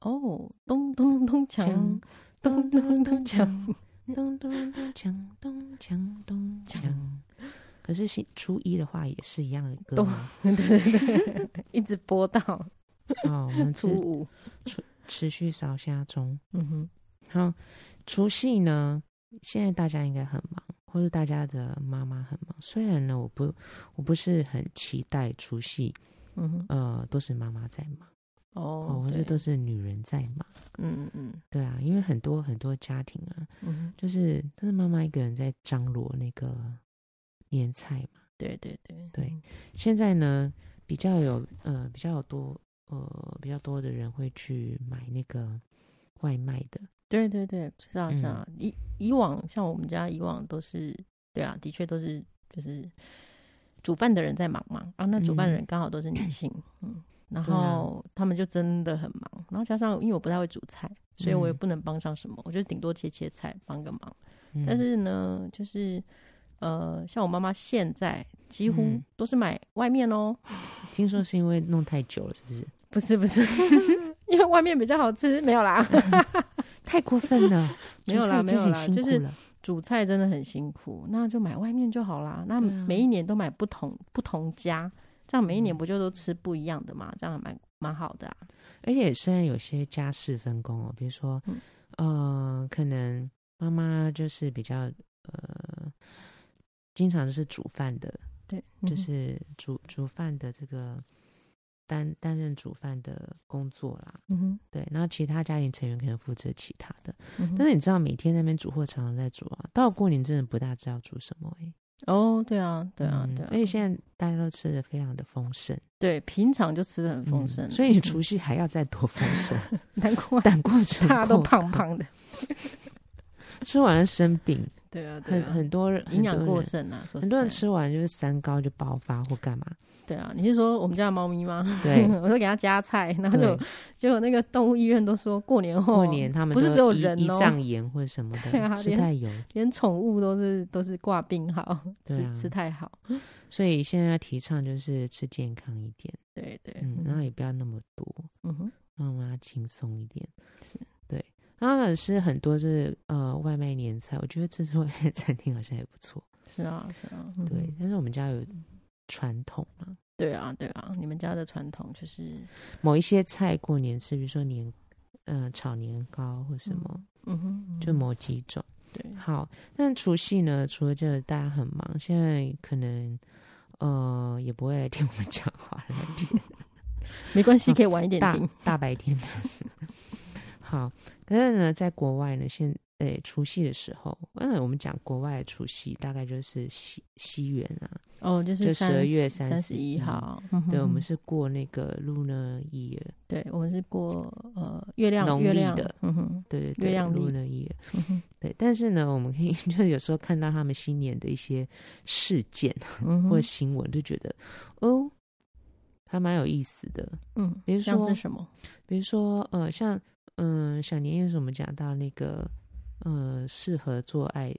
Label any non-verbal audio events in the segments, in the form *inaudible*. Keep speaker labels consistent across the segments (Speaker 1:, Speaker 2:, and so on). Speaker 1: 哦，咚咚咚锵
Speaker 2: 锵，
Speaker 1: 咚咚咚锵，
Speaker 2: 咚咚咚锵咚锵咚锵。可是新初一的话也是一样的歌
Speaker 1: 咚
Speaker 2: 吗
Speaker 1: 对对对，一直播到
Speaker 2: 哦，我们
Speaker 1: 初
Speaker 2: 持
Speaker 1: 五，
Speaker 2: 持续烧虾中。
Speaker 1: 嗯哼，
Speaker 2: 好，除夕呢，现在大家应该很忙，或者大家的妈妈很忙。虽然呢，我不我不是很期待除夕，
Speaker 1: 嗯哼，
Speaker 2: 呃，都是妈妈在忙，
Speaker 1: 哦
Speaker 2: 哦，，或者
Speaker 1: 对
Speaker 2: 都是女人在忙。
Speaker 1: 嗯嗯
Speaker 2: 对啊，因为很多很多家庭啊，
Speaker 1: 嗯哼，
Speaker 2: 就是都是妈妈一个人在张罗那个年菜嘛。
Speaker 1: 对对对
Speaker 2: 对，现在呢，比较有呃比较有多呃比较多的人会去买那个外卖的，
Speaker 1: 对对对，是啊
Speaker 2: 嗯
Speaker 1: 是啊，以以往像我们家以往都是，对啊，的确都是就是煮饭的人在忙嘛，啊，那煮饭的人刚好都是女性，嗯，然
Speaker 2: 对啊
Speaker 1: 后他们就真的很忙，然后加上因为我不太会煮菜，所以我也
Speaker 2: 嗯
Speaker 1: 不能帮上什么，我就顶多切切菜帮个忙。
Speaker 2: 嗯
Speaker 1: 但是呢，就是呃，像我妈妈现在几乎
Speaker 2: 嗯
Speaker 1: 都是买外面哦， *laughs*
Speaker 2: 听说是因为弄太久了，是不是？
Speaker 1: 不是不是， *laughs* 因为外面比较好吃，没有啦，，
Speaker 2: 太过分了
Speaker 1: *laughs* 没有啦
Speaker 2: 煮菜已经
Speaker 1: 没有啦
Speaker 2: 很辛苦
Speaker 1: 就是
Speaker 2: 了
Speaker 1: 煮菜真的很辛苦，那就买外面就好啦。那
Speaker 2: 对啊嗯
Speaker 1: 每一年都买不同不同家，这样每一年不就都吃不一样的嘛？这样还蛮蛮好的啊。
Speaker 2: 而且虽然有些家事分工哦，比如说，
Speaker 1: 嗯
Speaker 2: 呃，可能妈妈就是比较呃，经常就是煮饭的，
Speaker 1: 对，
Speaker 2: 就
Speaker 1: 嗯
Speaker 2: 是煮煮饭的这个担担任煮饭的工作啦，
Speaker 1: 嗯哼，
Speaker 2: 对，然后其他家庭成员可能负责其他的。
Speaker 1: 嗯哼
Speaker 2: 但是你知道，每天那边煮或常常在煮啊，到过年真的不大知道煮什么哎、欸。
Speaker 1: 哦，对啊，对啊，对啊，
Speaker 2: 而且嗯现在大家都吃的非常的丰盛，
Speaker 1: 对平常就吃的很丰
Speaker 2: 嗯
Speaker 1: 盛了，
Speaker 2: 所以你除夕还要再多丰盛，
Speaker 1: *laughs* 难怪
Speaker 2: 胆固醇
Speaker 1: 大家都
Speaker 2: 过高
Speaker 1: 胖，胖的。
Speaker 2: 吃完了生病，
Speaker 1: 对啊，对
Speaker 2: 很
Speaker 1: 啊，
Speaker 2: 很多人
Speaker 1: 营养
Speaker 2: 很多
Speaker 1: 过
Speaker 2: 人
Speaker 1: 剩啊，说
Speaker 2: 很
Speaker 1: 实
Speaker 2: 多人
Speaker 1: 在
Speaker 2: 吃完就是三高就爆发或
Speaker 1: *laughs*
Speaker 2: 干嘛，
Speaker 1: 对啊，你是说我们家的猫咪吗？
Speaker 2: 对
Speaker 1: *laughs* 我都给它加菜，然后就
Speaker 2: 对
Speaker 1: 结果那个动物医院都说过年后
Speaker 2: 过年他们
Speaker 1: 不是
Speaker 2: 都
Speaker 1: 只有
Speaker 2: 胰
Speaker 1: 人哦
Speaker 2: 胰脏炎或者什么
Speaker 1: *laughs* 对啊
Speaker 2: 的，吃
Speaker 1: 连
Speaker 2: 太油，
Speaker 1: 连宠物都是都是挂病号，
Speaker 2: 对
Speaker 1: 吃
Speaker 2: 啊
Speaker 1: 吃太好，
Speaker 2: 所以现在要提倡就是吃健康一点，
Speaker 1: 对对，
Speaker 2: 嗯，然后也不要那么多，
Speaker 1: 嗯哼，
Speaker 2: 让妈妈轻松一点。
Speaker 1: 是，
Speaker 2: 对。然后可是很多是呃外卖年菜，我觉得自助外卖餐厅好像也不错。
Speaker 1: 是啊是啊，嗯
Speaker 2: 对，
Speaker 1: 哼
Speaker 2: 但是我们家有传统嘛，
Speaker 1: 对啊对啊，你们家的传统就是
Speaker 2: 某一些菜过年吃，比如说年呃炒年糕或什么，
Speaker 1: 嗯哼，嗯
Speaker 2: 就某几种。
Speaker 1: 对，
Speaker 2: 好，但除夕呢，除了这个大家很忙，现在可能呃也不会来听我们讲话了， *laughs* 来听
Speaker 1: 没关系，可以晚一点
Speaker 2: 哦大
Speaker 1: 听，
Speaker 2: 大白天真是。好，可是呢，在国外呢，现呃、除夕的时候，嗯，我们讲国外的除夕大概就是西西元啊，
Speaker 1: 哦，就
Speaker 2: 就是12月
Speaker 1: 三十一
Speaker 2: 31
Speaker 1: 号，
Speaker 2: 对，我们
Speaker 1: 是，
Speaker 2: 是过那个 lunar year，
Speaker 1: 对我们是过呃月亮
Speaker 2: 农
Speaker 1: 月
Speaker 2: 历
Speaker 1: 亮
Speaker 2: 的，
Speaker 1: 嗯哼，
Speaker 2: 对对对，
Speaker 1: 月亮历
Speaker 2: lunar year，
Speaker 1: 嗯哼
Speaker 2: *laughs* 对。但是呢，我们可以 *laughs* 就是有时候看到他们新年的一些事件
Speaker 1: 嗯
Speaker 2: 或
Speaker 1: 哼，
Speaker 2: 新闻，就觉得哦，还蛮有意思的。
Speaker 1: 嗯，
Speaker 2: 比如
Speaker 1: 像
Speaker 2: 说
Speaker 1: 是什么？
Speaker 2: 比如说，呃，像嗯、小年夜的时候我们讲到那个，呃，适合做爱，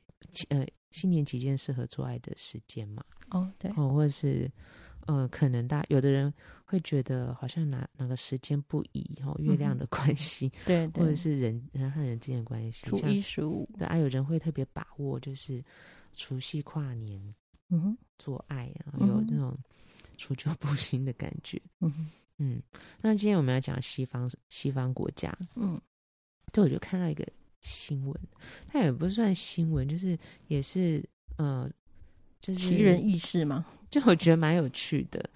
Speaker 2: 呃，新年期间适合做爱的时间嘛，
Speaker 1: 哦，对，
Speaker 2: 哦，或者是呃，可能大有的人会觉得好像哪哪个时间不宜，哦，月亮的关系， *laughs*
Speaker 1: 对，嗯
Speaker 2: 或
Speaker 1: 对
Speaker 2: 者是人人和人之间的关系，
Speaker 1: 初
Speaker 2: 像
Speaker 1: 一十五，
Speaker 2: 对啊，有人会特别把握，就是除夕跨年
Speaker 1: 嗯哼，
Speaker 2: 做爱啊，
Speaker 1: 嗯
Speaker 2: 有
Speaker 1: 哼
Speaker 2: 那种除旧布新的感觉，
Speaker 1: 嗯哼，
Speaker 2: 嗯，那今天我们要讲西方西方国家，
Speaker 1: 嗯。
Speaker 2: 对，我就看到一个新闻，它也不算新闻，就是也是呃，就是
Speaker 1: 奇人，异嗯事嘛，
Speaker 2: 就我觉得蛮有趣的，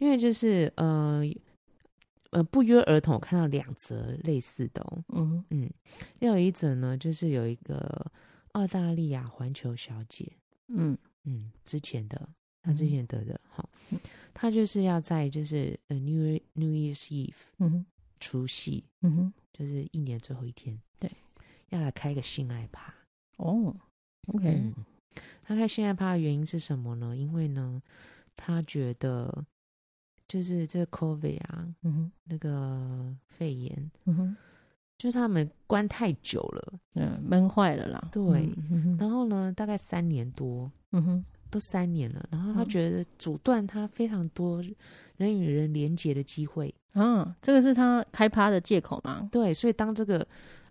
Speaker 2: 因为就是呃呃不约而同我看到两则类似的哦，
Speaker 1: 嗯
Speaker 2: 嗯，又有一则呢，就是有一个澳大利亚环球小姐，
Speaker 1: 嗯
Speaker 2: 嗯，之前的她之前得的，好、她就是要在就是呃 New Year- New Year's Eve
Speaker 1: 嗯哼
Speaker 2: 除夕
Speaker 1: 嗯哼
Speaker 2: 就是一年最后一天，
Speaker 1: 对，
Speaker 2: 要来开一个性爱趴。
Speaker 1: 哦，OK，、
Speaker 2: 嗯，他开性爱趴的原因是什么呢？因为呢，他觉得就是这个 COVID 啊，
Speaker 1: 嗯哼，
Speaker 2: 那个肺炎，
Speaker 1: 嗯哼，
Speaker 2: 就是他们关太久了，
Speaker 1: 嗯，闷坏了啦。
Speaker 2: 对
Speaker 1: 嗯哼，
Speaker 2: 然后呢，大概三年多，
Speaker 1: 嗯哼，
Speaker 2: 都三年了，然后他
Speaker 1: 嗯
Speaker 2: 觉得阻断他非常多人与人连接的机会，
Speaker 1: 啊，这个是他开趴的借口吗？
Speaker 2: 对，所以当这个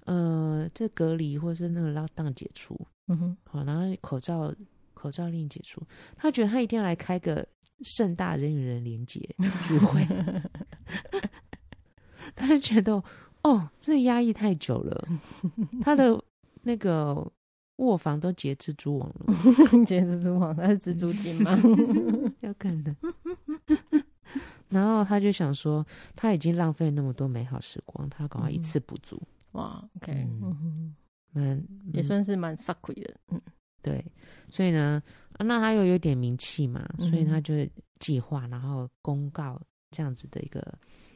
Speaker 2: 呃这隔离或是那个 lockdown 解除，
Speaker 1: 嗯哼，
Speaker 2: 好，然后口罩口罩令解除，他觉得他一定要来开个盛大人与人连接聚
Speaker 1: *laughs*
Speaker 2: 会，他就觉得哦，这压抑太久了，他的那个卧房都结蜘蛛网了，
Speaker 1: *laughs* 结蜘蛛网，它是蜘蛛精吗？ *laughs*
Speaker 2: 有可能。然后他就想说，他已经浪费那么多美好时光，他赶快一
Speaker 1: 嗯
Speaker 2: 次补足，
Speaker 1: 哇，OK，
Speaker 2: 嗯
Speaker 1: 嗯哼，
Speaker 2: 蛮
Speaker 1: 嗯也
Speaker 2: 蛮
Speaker 1: 算是蛮 s u c k 的，嗯
Speaker 2: 对，所以呢，啊那他又有点名气嘛，所以
Speaker 1: 嗯哼
Speaker 2: 他就计划，然后公告这样子的一个，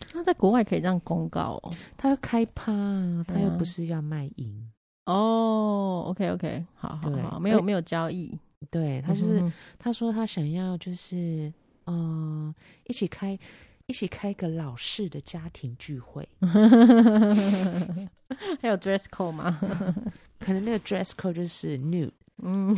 Speaker 1: 他在国外可以这样公告哦。
Speaker 2: 他开趴啊，他
Speaker 1: 对
Speaker 2: 又
Speaker 1: 啊
Speaker 2: 不是要卖淫，
Speaker 1: 哦，OK OK，好好
Speaker 2: 对
Speaker 1: 好，没有
Speaker 2: 哎
Speaker 1: 没有交易，
Speaker 2: 对他就是、
Speaker 1: 嗯哼
Speaker 2: 他说他想要就是嗯、呃一起开一起开一个老式的家庭聚会，
Speaker 1: 嗯哼 *laughs* 还有 dress code 吗？
Speaker 2: 可能那个 dress code 就是 nude， *laughs*
Speaker 1: 嗯，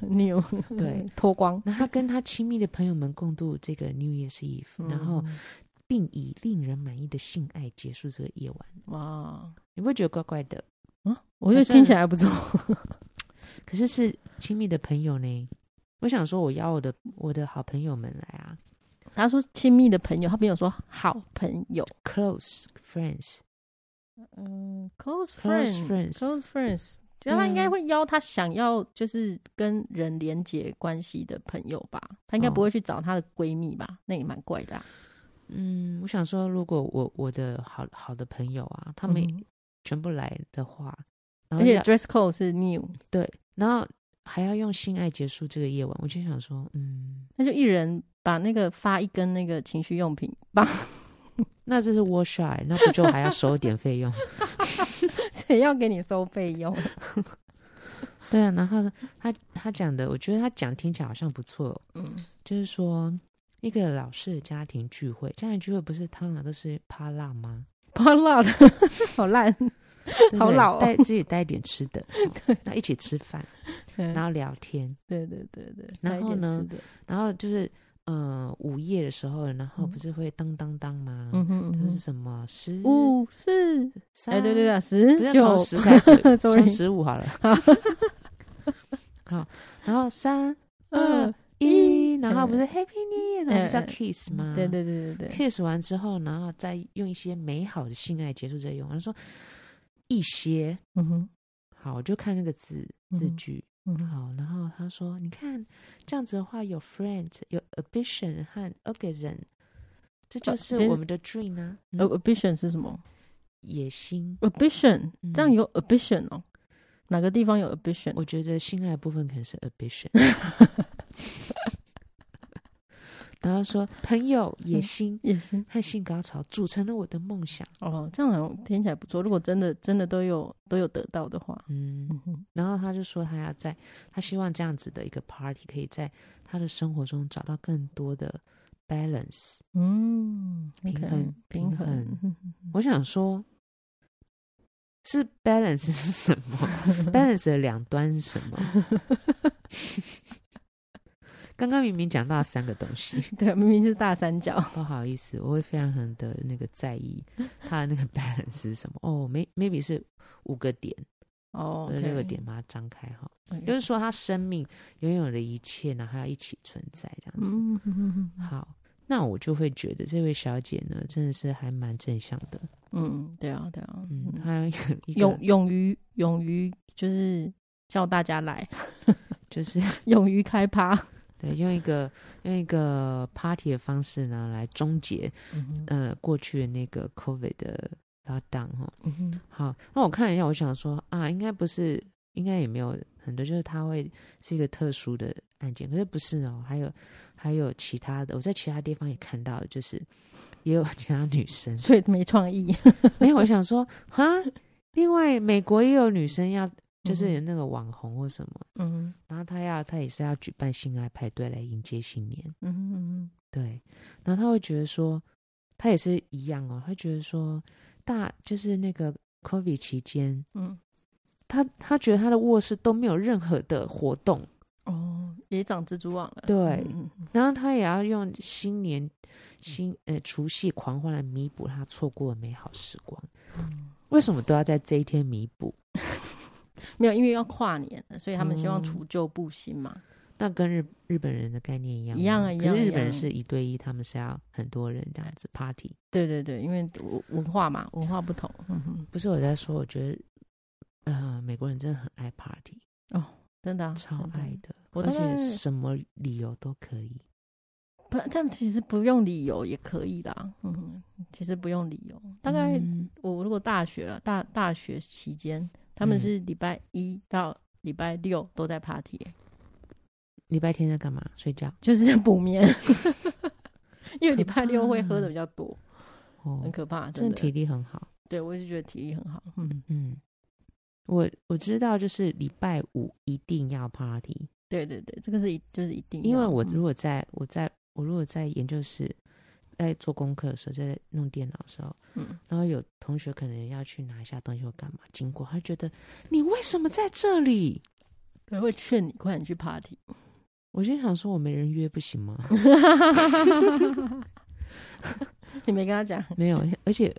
Speaker 1: 你有
Speaker 2: 对，
Speaker 1: 脱光，
Speaker 2: 然后他跟他亲密的朋友们共度这个 New Year's Eve，、然后
Speaker 1: 嗯
Speaker 2: 并以令人满意的性爱结束这个夜晚，
Speaker 1: 哇，
Speaker 2: 你不会觉得怪怪的？
Speaker 1: 啊，我觉得
Speaker 2: 是
Speaker 1: 听起来还不错，
Speaker 2: 可是是亲密的朋友呢。我想说，我邀我的我的好朋友们来啊
Speaker 1: 他说亲密的朋友，他没有说好朋友，
Speaker 2: ，close friends，
Speaker 1: 嗯，close
Speaker 2: Close friends
Speaker 1: friends，close friends，就
Speaker 2: 对啊
Speaker 1: 他应该会邀他想要就是跟人连接关系的朋友吧，他应该
Speaker 2: 哦
Speaker 1: 不会去找他的闺蜜吧？那也蛮怪的啊。
Speaker 2: 嗯，我想说，如果我我的好好的朋友啊，他们
Speaker 1: 嗯哼
Speaker 2: 全部来的话，然
Speaker 1: 而
Speaker 2: 后
Speaker 1: 且
Speaker 2: 要
Speaker 1: dress code 是 new，
Speaker 2: 对，然后还要用性爱结束这个夜晚，我就想说，嗯，
Speaker 1: 那就一人把那个发一根那个情趣用品吧，
Speaker 2: 那这是 w a s h i 那不就还要收一点费用？
Speaker 1: 谁 *laughs* 要给你收费用？
Speaker 2: *laughs* 对啊，然后呢，他他讲的，我觉得他讲听起来好像不错、哦，
Speaker 1: 嗯，
Speaker 2: 就是说一个老式的家庭聚会，家庭聚会不是通常都是趴辣吗？
Speaker 1: 好辣的， *laughs* 好烂。
Speaker 2: 对
Speaker 1: *laughs* 好
Speaker 2: 对
Speaker 1: 老哦
Speaker 2: 带自己带一点吃
Speaker 1: *laughs*
Speaker 2: 的，哦那一起吃饭，然
Speaker 1: 嗯
Speaker 2: 后聊天，
Speaker 1: 对对对对，
Speaker 2: 然
Speaker 1: 带一
Speaker 2: 后
Speaker 1: 点
Speaker 2: 呢
Speaker 1: 吃的？
Speaker 2: 然后就是呃午夜的时候，然后不
Speaker 1: 嗯
Speaker 2: 是会当当当吗？
Speaker 1: 嗯哼嗯
Speaker 2: 这是
Speaker 1: 哼，
Speaker 2: 什么十
Speaker 1: 五四，
Speaker 2: 三？
Speaker 1: 哎，对对对，
Speaker 2: 不
Speaker 1: 十
Speaker 2: 是
Speaker 1: 九
Speaker 2: 从，十开始，
Speaker 1: *laughs* Sorry
Speaker 2: 从十五好了。 *laughs* 好，然后三
Speaker 1: 嗯
Speaker 2: 二一，然
Speaker 1: 哎
Speaker 2: 后不是 Happy New Year，然后不是要
Speaker 1: 哎哎
Speaker 2: kiss 吗？
Speaker 1: 对对对对对，
Speaker 2: kiss 完之后，然后再用一些美好的性爱结束这个用。他说一些
Speaker 1: 嗯哼，
Speaker 2: 好，我就看那个字字
Speaker 1: 嗯哼
Speaker 2: 句。
Speaker 1: 嗯哼。
Speaker 2: 好，然后他说：“你看这样子的话，有 friend，有 ambition 和 orgasm，这
Speaker 1: 呃
Speaker 2: 就是
Speaker 1: 等
Speaker 2: 我们的 dream 啊，嗯
Speaker 1: 呃，ambition 是什么
Speaker 2: 野心。
Speaker 1: ？ambition
Speaker 2: 嗯
Speaker 1: 这样有 ambition 哦，哪个地方有 ambition？
Speaker 2: 我觉得性爱的部分可能是 ambition。然后说朋友、野心
Speaker 1: 也行
Speaker 2: 和性高潮组成了我的梦想。
Speaker 1: 哦，这样好像听起来不错。如果真的真的都有都有得到的话，
Speaker 2: 嗯
Speaker 1: 嗯，哼，
Speaker 2: 然后他就说他要在，他希望这样子的一个 party 可以在他的生活中找到更多的 balance。
Speaker 1: 嗯，
Speaker 2: 平
Speaker 1: OK，
Speaker 2: 衡
Speaker 1: 平
Speaker 2: 平衡
Speaker 1: 衡，嗯
Speaker 2: 我想说，是 balance 是什么？balance 的两端是什么？ *laughs* 刚刚明明讲到三个东西，
Speaker 1: *laughs* 对，明明是大三角，
Speaker 2: 不好意思，我会非常很的那个在意它的那个 balance 是什么。哦，may-，maybe 是五个点，
Speaker 1: 哦
Speaker 2: 或者
Speaker 1: ，OK，
Speaker 2: 六个点把它张开哈，
Speaker 1: OK，
Speaker 2: 就是说他生命拥有的一切，然后还要一起存在这样子。
Speaker 1: 嗯，嗯
Speaker 2: 好，那我就会觉得这位小姐呢，真的是还蛮正向的。
Speaker 1: 嗯，对啊，对啊，
Speaker 2: 嗯，
Speaker 1: 嗯
Speaker 2: 她有一个一个
Speaker 1: 勇勇于勇于就是叫大家来， *laughs*
Speaker 2: 就是
Speaker 1: 勇于开趴，
Speaker 2: 对，用一个用一个 party 的方式呢，来终结
Speaker 1: 嗯哼
Speaker 2: 呃过去的那个 COVID 的 lockdown 哈。
Speaker 1: 嗯哼。
Speaker 2: 好，那我看了一下，我想说啊，应该不是，应该也没有很多，就是它会是一个特殊的案件，可是不是哦，还有还有其他的，我在其他地方也看到了，就是也有 *laughs* 其他女生
Speaker 1: 所以没创意。
Speaker 2: 没有，我想说哈，另外美国也有女生要， *laughs* 就是
Speaker 1: 嗯
Speaker 2: 有那个网红或什么，
Speaker 1: 嗯
Speaker 2: 然后她要她也是要举办性爱派对来迎接新年。
Speaker 1: 嗯嗯
Speaker 2: 对，然后他会觉得说，他也是一样哦，他觉得说大就是那个 COVID 期间，
Speaker 1: 嗯
Speaker 2: 他他觉得他的卧室都没有任何的活动，
Speaker 1: 嗯，哦，也长蜘蛛网了。
Speaker 2: 对
Speaker 1: 嗯，嗯
Speaker 2: 然后他也要用新年新呃除夕狂欢来弥补他错过的美好时光。为什么都要在这一天弥补？
Speaker 1: 没有，因为要跨年了，所以他们希望
Speaker 2: 嗯
Speaker 1: 除旧布新嘛。
Speaker 2: 那跟日日本人的概念一样吗，
Speaker 1: 一样啊一
Speaker 2: 可
Speaker 1: 样
Speaker 2: 是
Speaker 1: 一
Speaker 2: 日本人
Speaker 1: 样
Speaker 2: 是一对一，他们是要很多人这样子 party。
Speaker 1: 对对对，因为文文化嘛，文化不同。嗯哼，
Speaker 2: 不是我在说，我觉得，呃，美国人真的很爱 party，
Speaker 1: 真的啊，
Speaker 2: 超
Speaker 1: 真的
Speaker 2: 爱的，
Speaker 1: 我
Speaker 2: 而
Speaker 1: 大
Speaker 2: 且
Speaker 1: 概
Speaker 2: 什么理由都可以。
Speaker 1: 不，但其实不用理由也可以啦。嗯，其实不用理由。大概
Speaker 2: 嗯
Speaker 1: 我如果大学了，大大学期间，他们
Speaker 2: 嗯
Speaker 1: 是礼拜一到礼拜六都在 party，欸、
Speaker 2: 礼拜天在干嘛？睡觉。
Speaker 1: 就是补眠， *laughs* 因为
Speaker 2: 可
Speaker 1: 礼拜六会喝
Speaker 2: 怕
Speaker 1: 的比较多，很
Speaker 2: 哦，
Speaker 1: 可怕，嗯真
Speaker 2: 真的体
Speaker 1: 的。
Speaker 2: 力很好。
Speaker 1: 对我也是觉得体力很好。嗯，
Speaker 2: 嗯，我我知道，就是礼拜五一定要 party，
Speaker 1: 对对对，这个是一就是一定要，
Speaker 2: 因为我
Speaker 1: 嗯
Speaker 2: 如果在我在我如果在研究室。在做功课的时候，在弄电脑的时候，
Speaker 1: 嗯
Speaker 2: 然后有同学可能要去拿一下东西或干嘛，经过他觉得你为什么在这里？
Speaker 1: 对会劝你快点去
Speaker 2: *laughs*
Speaker 1: party。
Speaker 2: 我就想说，我没人约不行吗？ *laughs*
Speaker 1: 你没跟他讲，
Speaker 2: 没有，而且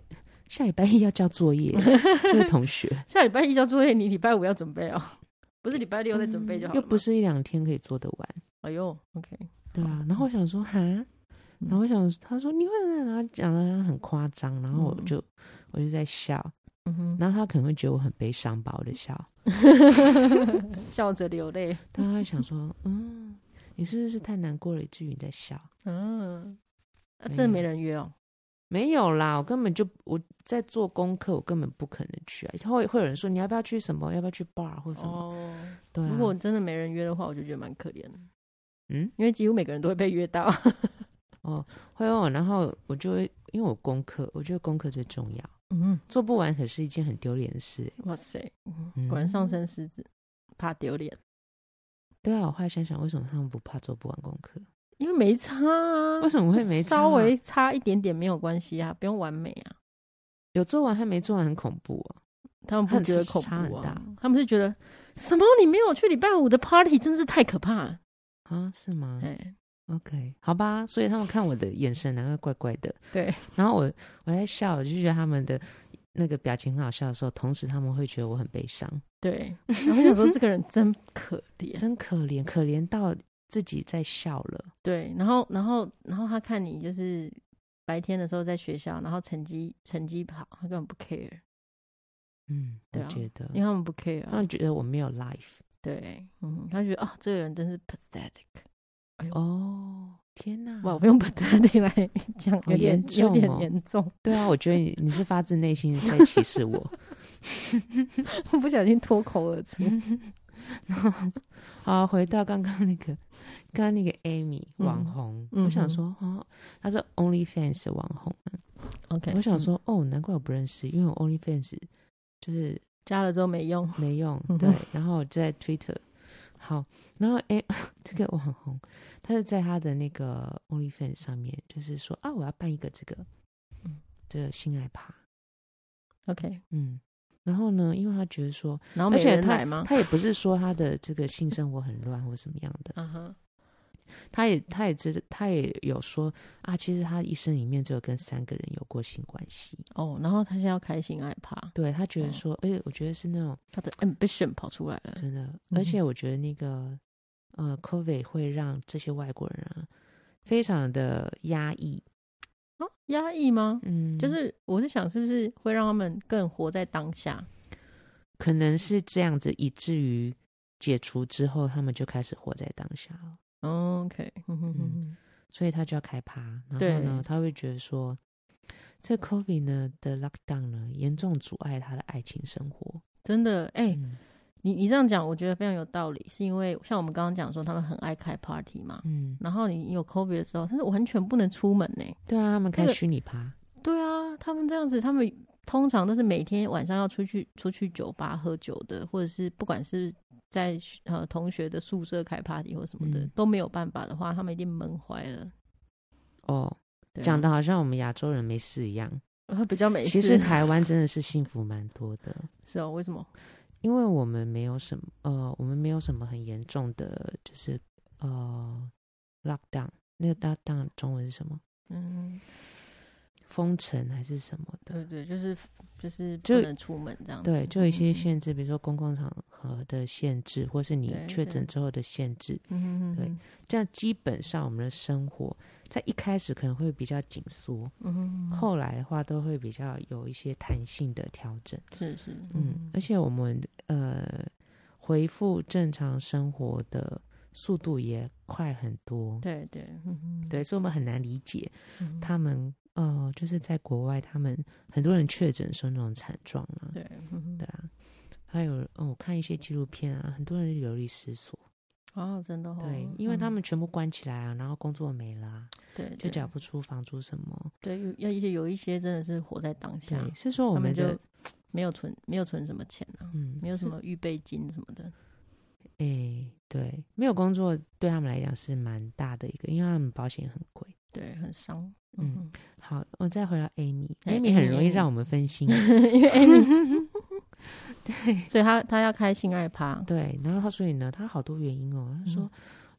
Speaker 2: 下礼拜一要交作
Speaker 1: *laughs*
Speaker 2: 业，这位同学
Speaker 1: 下礼拜一交作业，你礼拜五要准备哦，不是礼拜六再准备就好了
Speaker 2: 嗯又
Speaker 1: 吗。
Speaker 2: 不是一两天可以做得完，
Speaker 1: 哎呦，OK，嗯
Speaker 2: 对啊。
Speaker 1: 哦
Speaker 2: 然后我想说，哈，然后我想，他说你会不会，然后讲的很夸张，然后我就、我就在笑，
Speaker 1: 嗯哼，
Speaker 2: 然后他可能会觉得我很悲伤吧，我的笑，
Speaker 1: *laughs* 笑着流泪，
Speaker 2: 他会想说，嗯，你是不是太难过了，以至于你在笑？
Speaker 1: 嗯，啊，
Speaker 2: 没
Speaker 1: 真的没
Speaker 2: 有
Speaker 1: 人约哦，
Speaker 2: 没有啦，我根本就我在做功课，我根本不可能去啊。会会有人说你要不要去什么，要不要去 bar 或什么？
Speaker 1: 哦，
Speaker 2: 对啊，
Speaker 1: 如果真的没人约的话，我就觉得蛮可怜的，
Speaker 2: 嗯，
Speaker 1: 因为几乎每个人都会被约到，
Speaker 2: 会问我，然后我就会因为我功课，我觉得功课最重要，
Speaker 1: 嗯，
Speaker 2: 做不完可是一件很丢脸的事。
Speaker 1: 哇塞，嗯
Speaker 2: 嗯
Speaker 1: 果然上升狮子，怕丢脸，
Speaker 2: 对啊，我后来想想，为什么他们不怕做不完功课？
Speaker 1: 因为没差啊，
Speaker 2: 为什么会没差啊
Speaker 1: 稍微差一点点没有关系啊，不用完美啊，
Speaker 2: 有做完和没做完很恐怖哦、
Speaker 1: 他们不觉得恐
Speaker 2: 差很
Speaker 1: 怖啊
Speaker 2: 大，
Speaker 1: 他们是觉得什么你没有去礼拜五的 party 真是太可怕了，
Speaker 2: 啊，是吗
Speaker 1: 哎，
Speaker 2: ？OK，好吧，所以他们看我的眼神难怪怪怪的。
Speaker 1: 对，
Speaker 2: 然后我我在笑，我就觉得他们的那个表情很好笑的时候，同时他们会觉得我很悲伤，
Speaker 1: 对，然后我想说这个人真可怜，
Speaker 2: *laughs* 真可怜，可怜到自己在笑了。
Speaker 1: 对，然后然后然后他看你就是白天的时候在学校，然后成绩成绩好，他根本不 care，
Speaker 2: 嗯，
Speaker 1: 对啊
Speaker 2: 我觉得
Speaker 1: 因为他们不 care，
Speaker 2: 他
Speaker 1: 啊、
Speaker 2: 们觉得我没有 life。
Speaker 1: 对，嗯，他觉得啊、这个人真是 pathetic，
Speaker 2: 哦，天哪！
Speaker 1: 哇，我不用 pathetic 来讲，
Speaker 2: 好
Speaker 1: 有点、
Speaker 2: 严
Speaker 1: 有
Speaker 2: 重
Speaker 1: 点
Speaker 2: 哦
Speaker 1: 严重， *laughs*
Speaker 2: 对啊，我觉得你你是发自内心的在歧视我。
Speaker 1: 不小心脱口而出，
Speaker 2: 然后，好，回到刚刚那个，刚刚那个 Amy
Speaker 1: 嗯
Speaker 2: 网红，
Speaker 1: 嗯
Speaker 2: 我
Speaker 1: 哼
Speaker 2: 想说，哦，她是 OnlyFans 的网红，
Speaker 1: OK，
Speaker 2: 我想
Speaker 1: 嗯
Speaker 2: 说，哦，难怪我不认识，因为我 OnlyFans 就是
Speaker 1: 加了之后没用，
Speaker 2: 没用
Speaker 1: 嗯哼，
Speaker 2: 对，然后我就在 Twitter，好，然后哎， *laughs* 这个网红，他是在他的那个 OnlyFans 上面，就是说啊，我要办一个这个，
Speaker 1: 嗯
Speaker 2: 这个性爱趴，
Speaker 1: OK，
Speaker 2: 嗯，然后呢，因为他觉得说，
Speaker 1: 然后
Speaker 2: 而
Speaker 1: 没
Speaker 2: 且
Speaker 1: 人
Speaker 2: 他
Speaker 1: 来吗？
Speaker 2: 他也不是说他的这个性生活很乱或什么样的，
Speaker 1: 嗯哼，
Speaker 2: 他也他也知他也有说啊，其实他一生里面只有跟三个人有过性关系，
Speaker 1: 哦，然后他现在要开心害怕，
Speaker 2: 对他觉得
Speaker 1: 哦
Speaker 2: 说，而且我觉得是那种
Speaker 1: 他的 ambition 跑出来了，
Speaker 2: 真的，
Speaker 1: 嗯哼
Speaker 2: 而且我觉得那个呃，COVID 会让这些外国人啊非常的压抑，
Speaker 1: 啊压抑吗？
Speaker 2: 嗯，
Speaker 1: 就是我是想，是不是会让他们更活在当下？
Speaker 2: 可能是这样子，以至于解除之后，他们就开始活在当下了。
Speaker 1: 哦 OK，嗯哼哼哼
Speaker 2: 所以他就要开趴。然后
Speaker 1: 对
Speaker 2: 呢，他会觉得说，这 COVID 呢的 lockdown 呢，严重阻碍他的爱情生活。
Speaker 1: 真的，哎、
Speaker 2: 嗯
Speaker 1: 你你这样讲，我觉得非常有道理，是因为像我们刚刚讲说，他们很爱开 party 嘛，
Speaker 2: 嗯，
Speaker 1: 然后你有 COVID 的时候，但是完全不能出门呢、
Speaker 2: 对啊，他们开
Speaker 1: 那个
Speaker 2: 虚拟趴，
Speaker 1: 对啊，他们这样子，他们通常都是每天晚上要出去出去酒吧喝酒的，或者是不管是在呃同学的宿舍开 party 或什么的、
Speaker 2: 嗯
Speaker 1: 都没有办法的话，他们一定闷坏了。
Speaker 2: 哦，
Speaker 1: 对啊
Speaker 2: 讲的好像我们亚洲人没事一样。
Speaker 1: 会比较没事，
Speaker 2: 其实台湾真的是幸福蛮多的，
Speaker 1: 是哦，为什么？
Speaker 2: 因为我们没有什么呃，我们没有什么很严重的，就是呃 lockdown，那个 lockdown 中文是什么？
Speaker 1: 嗯，
Speaker 2: 封城还是什么的？
Speaker 1: 对对，就是就是不
Speaker 2: 就
Speaker 1: 能出门这样子。
Speaker 2: 对，就有一些
Speaker 1: 嗯
Speaker 2: 限制，比如说公共场合的限制，或是你
Speaker 1: 对
Speaker 2: 确诊
Speaker 1: 对
Speaker 2: 之后的限制。
Speaker 1: 嗯嗯
Speaker 2: 对
Speaker 1: 嗯
Speaker 2: 这样基本上我们的生活在一开始可能会比较紧缩，
Speaker 1: 嗯，嗯
Speaker 2: 后来的话都会比较有一些弹性的调整。
Speaker 1: 是是
Speaker 2: 嗯，而且我们呃恢复正常生活的速度也快很多。
Speaker 1: 对对嗯
Speaker 2: 对，所以我们很难理解
Speaker 1: 嗯
Speaker 2: 他们呃，就是在国外，他们很多人确诊是那种惨状啊，
Speaker 1: 对嗯
Speaker 2: 对啊。还有，哦，我看一些纪录片啊，很多人流离失所，
Speaker 1: 哦真的哦
Speaker 2: 对，因为他
Speaker 1: 嗯
Speaker 2: 们全部关起来啊，然后工作没了啊、
Speaker 1: 对
Speaker 2: 就
Speaker 1: 对
Speaker 2: 缴不出房租什么。
Speaker 1: 对有要一些有一些真的是活在当下，
Speaker 2: 对，是说我
Speaker 1: 他们
Speaker 2: 们
Speaker 1: 就
Speaker 2: 的，
Speaker 1: 没有存没有存什么钱啊，
Speaker 2: 嗯，
Speaker 1: 没有什
Speaker 2: 是，
Speaker 1: 么预备金什么的。
Speaker 2: 哎，对，没有工作对他们来讲是蛮大的一个，因为他们保险很贵。
Speaker 1: 对，很伤。
Speaker 2: 嗯，好，我再回到 Amy，Amy
Speaker 1: 哎
Speaker 2: 很容易
Speaker 1: Amy，Amy
Speaker 2: 让我们分心，啊
Speaker 1: 哼， *laughs* 因为 Amy，对，所以他他要开性爱趴，
Speaker 2: 对，然后他所以呢，他好多原因哦，他
Speaker 1: 嗯
Speaker 2: 说，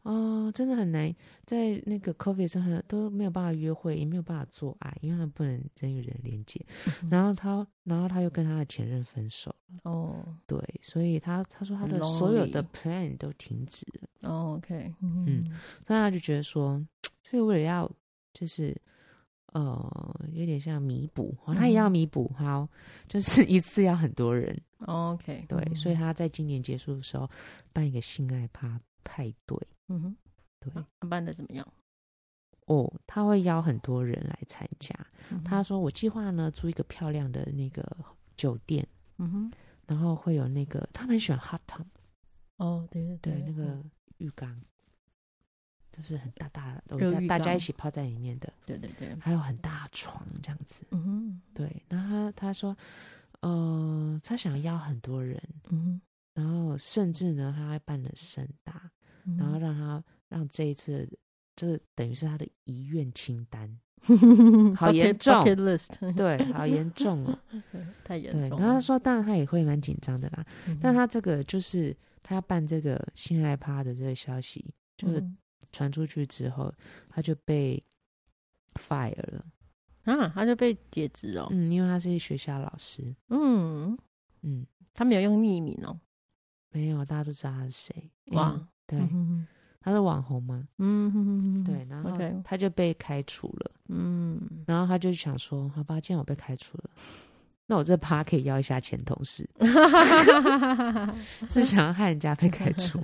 Speaker 2: 哦，真的很难在那个 COVID 上很都没有办法约会，也没有办法做爱，因为他不能人与人连接，
Speaker 1: 嗯
Speaker 2: 然后他，然后他又跟他的前任分手，
Speaker 1: 哦
Speaker 2: 对，所以他他说他
Speaker 1: 很
Speaker 2: 的所有的
Speaker 1: lonely
Speaker 2: plan 都停止了，
Speaker 1: 哦，OK，嗯
Speaker 2: 所以他就觉得说，所以为了要就是。呃，有点像弥补，哦他也
Speaker 1: 嗯
Speaker 2: 要弥补，好，就是一次要很多人，
Speaker 1: 哦，OK，嗯
Speaker 2: 对，所以
Speaker 1: 他
Speaker 2: 他在今年结束的时候办一个性爱趴派对，
Speaker 1: 嗯哼，
Speaker 2: 对
Speaker 1: 啊他办的怎么样？
Speaker 2: 哦，他会邀很多人来参加。
Speaker 1: 嗯哼
Speaker 2: 他说我计划呢租一个漂亮的那个酒店，
Speaker 1: 嗯哼，
Speaker 2: 然后会有那个他们很喜欢 hot tub，
Speaker 1: 哦，对对
Speaker 2: 对，那
Speaker 1: 嗯
Speaker 2: 个浴缸。就是很大大的，
Speaker 1: 热
Speaker 2: 大
Speaker 1: 浴
Speaker 2: 大家一
Speaker 1: 缸
Speaker 2: 起泡在里面的，
Speaker 1: 对对对，
Speaker 2: 还有很大的床这样子。
Speaker 1: 嗯哼
Speaker 2: 对，然后他他说，呃，他想邀很多人，
Speaker 1: 嗯
Speaker 2: 然后甚至呢，他还办了盛大，
Speaker 1: 嗯哼，
Speaker 2: 然后让他让这一次，就是等于是他的遗愿清单，好
Speaker 1: Bucket-
Speaker 2: 严重
Speaker 1: bucket
Speaker 2: *laughs*
Speaker 1: list，
Speaker 2: 对，好严重哦，
Speaker 1: 太严
Speaker 2: 对。
Speaker 1: 重了。
Speaker 2: 然后他说，当然他也会蛮紧张的啦，
Speaker 1: 嗯哼，
Speaker 2: 但他这个就是他要办这个性爱趴的这个消息，就是
Speaker 1: 嗯
Speaker 2: 传出去之后，他就被 fire 了，
Speaker 1: 啊，他就被解职哦，
Speaker 2: 嗯，因为他是学校老师，
Speaker 1: 嗯，
Speaker 2: 嗯，
Speaker 1: 他没有用匿名哦，
Speaker 2: 没有，大家都知道他是谁，
Speaker 1: 哇
Speaker 2: 嗯，对，
Speaker 1: 嗯哼
Speaker 2: 他是网红嘛，
Speaker 1: 嗯哼哼哼
Speaker 2: 对，然后
Speaker 1: OK
Speaker 2: 他就被开除了。
Speaker 1: 嗯，
Speaker 2: 然后他就想说：“好吧，既然我被开除了，那我这趴可以要一下前同事，是想要害人家被开除。”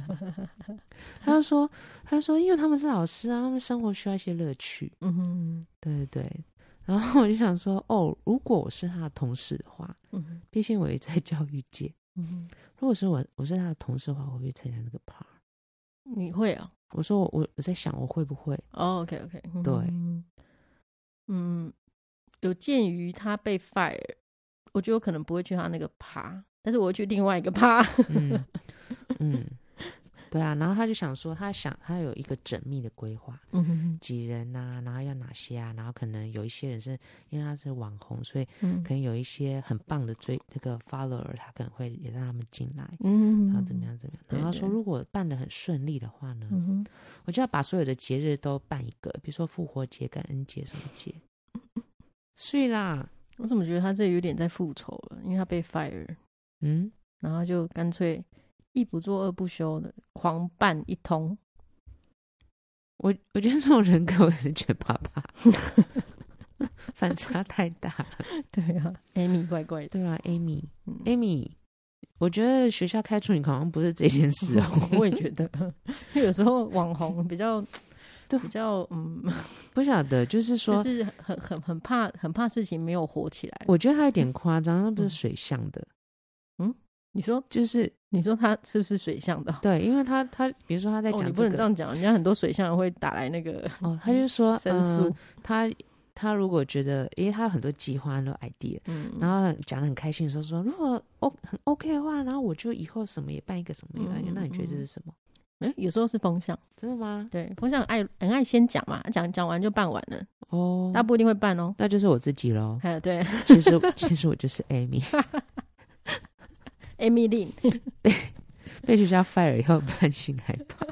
Speaker 2: 他就说：“他就说，因为他们是老师啊，他们生活需要一些乐趣。
Speaker 1: 嗯哼”
Speaker 2: 对对对。然后我就想说：“哦，如果我是他的同事的话，
Speaker 1: 嗯哼
Speaker 2: 毕竟我也在教育界，
Speaker 1: 嗯哼，
Speaker 2: 如果是我我是他的同事的话，我会去参加那个趴。
Speaker 1: 你会哦
Speaker 2: 我说我我我在想我会不会？
Speaker 1: ，OK OK，
Speaker 2: 对，
Speaker 1: 嗯，有鉴于他被 fire，我觉得我可能不会去他那个趴，但是我会去另外一个趴，
Speaker 2: 嗯嗯，对啊。然后他就想说，他想他有一个缜密的规划，
Speaker 1: 嗯哼
Speaker 2: 几人呐、然后要哪些啊，然后可能有一些人是因为他是网红，所以
Speaker 1: 嗯
Speaker 2: 可能有一些很棒的追那个 follower，他可能会也让他们进来，
Speaker 1: 嗯，
Speaker 2: 然后怎么？样怎么样。
Speaker 1: 对
Speaker 2: 然后他说，
Speaker 1: 对
Speaker 2: 如果办的很顺利的话呢，
Speaker 1: 嗯哼，
Speaker 2: 我就要把所有的节日都办一个，比如说复活节、感恩节什么
Speaker 1: *laughs*
Speaker 2: 节。睡啦，
Speaker 1: 我怎么觉得他这有点在复仇了？因为他被 fire，
Speaker 2: 嗯，
Speaker 1: 然后就干脆一不做二不休的狂办一通，
Speaker 2: 我我觉得这种人格我也是觉得爸爸 *laughs* 反差太大了，
Speaker 1: 对啊，Amy 怪怪的，
Speaker 2: 对啊，Amy，Amy，、
Speaker 1: 嗯
Speaker 2: Amy，我觉得学校开除你好像不是这件事哦，
Speaker 1: 我也觉得，因为有时候网红比较
Speaker 2: *laughs* 对
Speaker 1: 比较嗯，
Speaker 2: 不晓得，就是说，
Speaker 1: 就是很很很怕很怕事情没有火起来。
Speaker 2: 我觉得他有点夸张，那不是
Speaker 1: 嗯
Speaker 2: 水象的，
Speaker 1: 你说
Speaker 2: 就是
Speaker 1: 你说他是不是水象的哦？
Speaker 2: 对，因为他他比如说他在
Speaker 1: 哦，你
Speaker 2: 讲
Speaker 1: 不
Speaker 2: 这
Speaker 1: 能这
Speaker 2: 个，
Speaker 1: 样讲，人家很多水象人会打来那个
Speaker 2: 哦，他就说，
Speaker 1: 申诉
Speaker 2: 嗯，，他他如果觉得，因为他有很多计划、很多 idea，
Speaker 1: 嗯，
Speaker 2: 然后很讲的很开心的时候说，如果 O 很 OK 的话，然后我就以后什么也办一个什么也办一个，
Speaker 1: 嗯
Speaker 2: 那你觉得这
Speaker 1: 嗯
Speaker 2: 是什么？
Speaker 1: 哎，有时候是风象，
Speaker 2: 真的吗？
Speaker 1: 对，风象爱很爱先讲嘛，讲讲完就办完了，
Speaker 2: 哦，
Speaker 1: 他不一定会办哦。。
Speaker 2: 那就是我自己喽
Speaker 1: *laughs* 还有对
Speaker 2: 其实其实我就是 Amy， *laughs*
Speaker 1: ，Amy Lin，
Speaker 2: 被学校 fire 以后半信害 *laughs* 怕，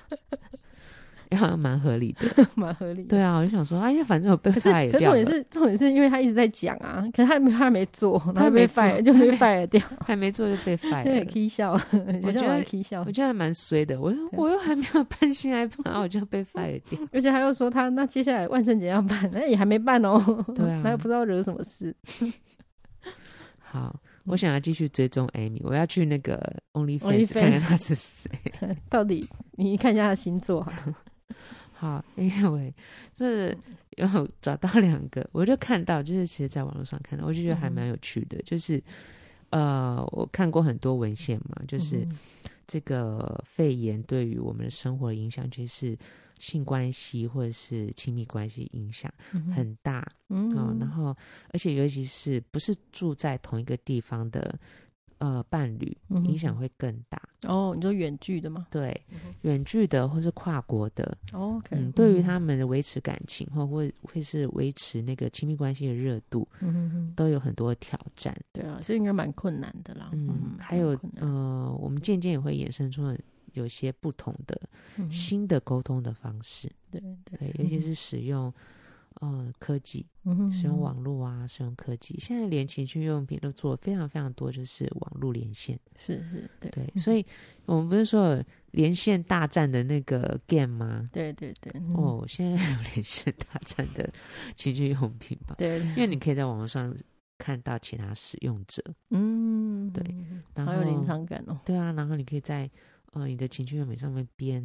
Speaker 2: 也好像蛮合理的。
Speaker 1: 蛮合理的。
Speaker 2: 对啊，我就想说，哎呀，反正我被
Speaker 1: 可是，
Speaker 2: fire
Speaker 1: 可是
Speaker 2: 掉
Speaker 1: 重点
Speaker 2: 了，
Speaker 1: 是，重点是因为他一直在讲啊，可是他没他没做，然后
Speaker 2: 没
Speaker 1: 被
Speaker 2: 做
Speaker 1: fire
Speaker 2: *laughs*
Speaker 1: 就被 fire 掉，
Speaker 2: 还没做就被
Speaker 1: *laughs*
Speaker 2: fire
Speaker 1: 对，
Speaker 2: 了。
Speaker 1: k 笑，我
Speaker 2: 觉
Speaker 1: 就
Speaker 2: 得
Speaker 1: 蛮 k 笑
Speaker 2: 我，哦觉得还蛮衰的，我又
Speaker 1: 对
Speaker 2: 我又还没有半信
Speaker 1: *laughs*
Speaker 2: 害怕，然后我就要被 fire 掉。
Speaker 1: 而且他又说他那接下来万圣节要办， *laughs* 那也还没办哦，
Speaker 2: 对啊
Speaker 1: *laughs* 他又不知道惹什么事，
Speaker 2: 好，
Speaker 1: 嗯
Speaker 2: 我想要继续追踪 Amy，我要去那个
Speaker 1: OnlyFans
Speaker 2: OnlyFans 看看她是谁。 *laughs*
Speaker 1: 到底你看一下他的星座好了，
Speaker 2: 好，Anyway，就是有找到两个，我就看到，就是其实在网络上看到，我就觉得还
Speaker 1: 嗯
Speaker 2: 蛮有趣的，就是呃，我看过很多文献嘛，就是
Speaker 1: 嗯
Speaker 2: 这个肺炎对于我们的生活的影响，其实是性关系或者是亲密关系影响
Speaker 1: 嗯
Speaker 2: 很大，
Speaker 1: 嗯
Speaker 2: 嗯，然后而且尤其是不是住在同一个地方的呃伴侣，
Speaker 1: 嗯哼
Speaker 2: 影响会更大。
Speaker 1: 哦，你说远距的吗
Speaker 2: 对，远距的或是跨国的，
Speaker 1: 哦？OK，
Speaker 2: 嗯，对于他们的维持感情或或会是维持那个亲密关系的热度，
Speaker 1: 嗯哼哼
Speaker 2: 都有很多挑战。
Speaker 1: 对啊，所以应该蛮困难的啦，
Speaker 2: 嗯，还有
Speaker 1: 蛮困难
Speaker 2: 呃，我们渐渐也会衍生出有些不同的
Speaker 1: 嗯哼
Speaker 2: 新的沟通的方式，
Speaker 1: 对对，
Speaker 2: 对，尤其
Speaker 1: 嗯
Speaker 2: 是使用。呃，科技
Speaker 1: 嗯哼
Speaker 2: 使用网络啊，使用科技，现在连情趣用品都做得非常非常多，就是网络连线。
Speaker 1: 是是，对
Speaker 2: 对，所以我们不是说有连线大战的那个 game 吗？
Speaker 1: 对对对，嗯，
Speaker 2: 哦，现在还有连线大战的情趣用品吧？
Speaker 1: 对对
Speaker 2: 因为你可以在网络上看到其他使用者，
Speaker 1: 嗯，
Speaker 2: 对
Speaker 1: 嗯，
Speaker 2: 然后
Speaker 1: 好有临场感哦。
Speaker 2: 对啊，然后你可以在呃你的情趣用品上面编，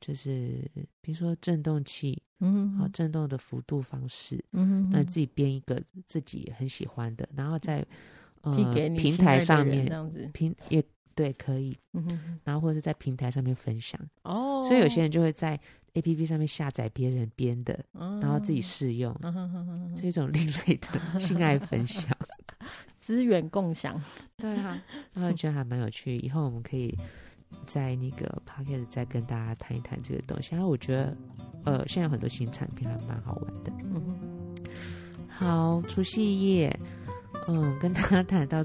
Speaker 2: 就是比如说震动器，
Speaker 1: 嗯
Speaker 2: 好，震动的幅度方式，
Speaker 1: 嗯
Speaker 2: 那自己编一个自己很喜欢的，然后在呃
Speaker 1: 寄给你
Speaker 2: 平
Speaker 1: 心爱
Speaker 2: 台
Speaker 1: 的
Speaker 2: 上
Speaker 1: 人
Speaker 2: 面
Speaker 1: 这样子，
Speaker 2: 平也对可以，
Speaker 1: 嗯哼哼
Speaker 2: 然后或者是在平台上面分享，
Speaker 1: 哦，
Speaker 2: 所以有些人就会在 A P P 上面下载别人编的，
Speaker 1: 嗯，
Speaker 2: 然后自己试用。
Speaker 1: 嗯哼哼哼哼
Speaker 2: 是一种另类的性爱分
Speaker 1: *laughs*
Speaker 2: 享，
Speaker 1: 资源共享，
Speaker 2: 对 *laughs* 啊，然后觉得还蛮有趣。以后我们可以在那个 p o c a s t 再跟大家谈一谈这个东西。然后我觉得，呃，现在有很多新产品还蛮好玩的。
Speaker 1: 嗯哼
Speaker 2: 好，除夕夜，嗯，跟大家谈到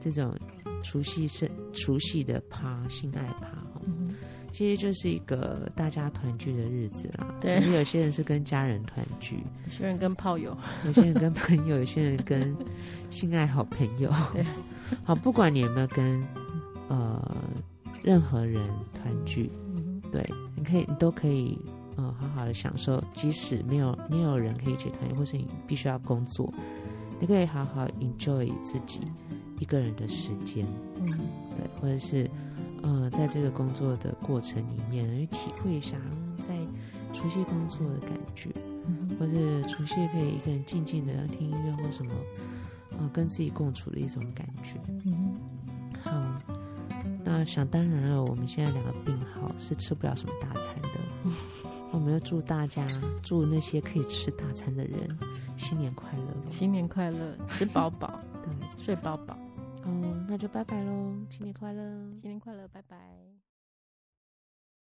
Speaker 2: 这种除夕是除夕的趴性爱趴哦，
Speaker 1: 嗯
Speaker 2: 其实就是一个大家团聚的日子啦。
Speaker 1: 对
Speaker 2: 其实有些人是跟家人团聚，
Speaker 1: 哼，有些人跟炮友，
Speaker 2: 有些人跟朋友，有些人跟性爱好朋友
Speaker 1: 对。
Speaker 2: 好，不管你有没有跟呃任何人团聚，
Speaker 1: 嗯哼
Speaker 2: 对，你可以，你都可以，呃，好好的享受，即使没有没有人可以一起团聚，或是你必须要工作，你可以好好 enjoy 自己一个人的时间，
Speaker 1: 嗯
Speaker 2: 对，或者是呃，在这个工作的过程里面，去体会一下嗯在除夕工作的感觉。
Speaker 1: 嗯
Speaker 2: 或是除夕可以一个人静静的听音乐或什么，呃，跟自己共处的一种感觉。
Speaker 1: 嗯哼
Speaker 2: 好，那想当然了，我们现在两个病号是吃不了什么大餐的。 *laughs* 我们要祝大家，祝那些可以吃大餐的人新年快乐咯。
Speaker 1: 新年快乐，吃饱饱，
Speaker 2: 对，
Speaker 1: 睡饱饱，
Speaker 2: 哦，那就拜拜喽，新年快乐。
Speaker 1: 新年快乐，拜拜。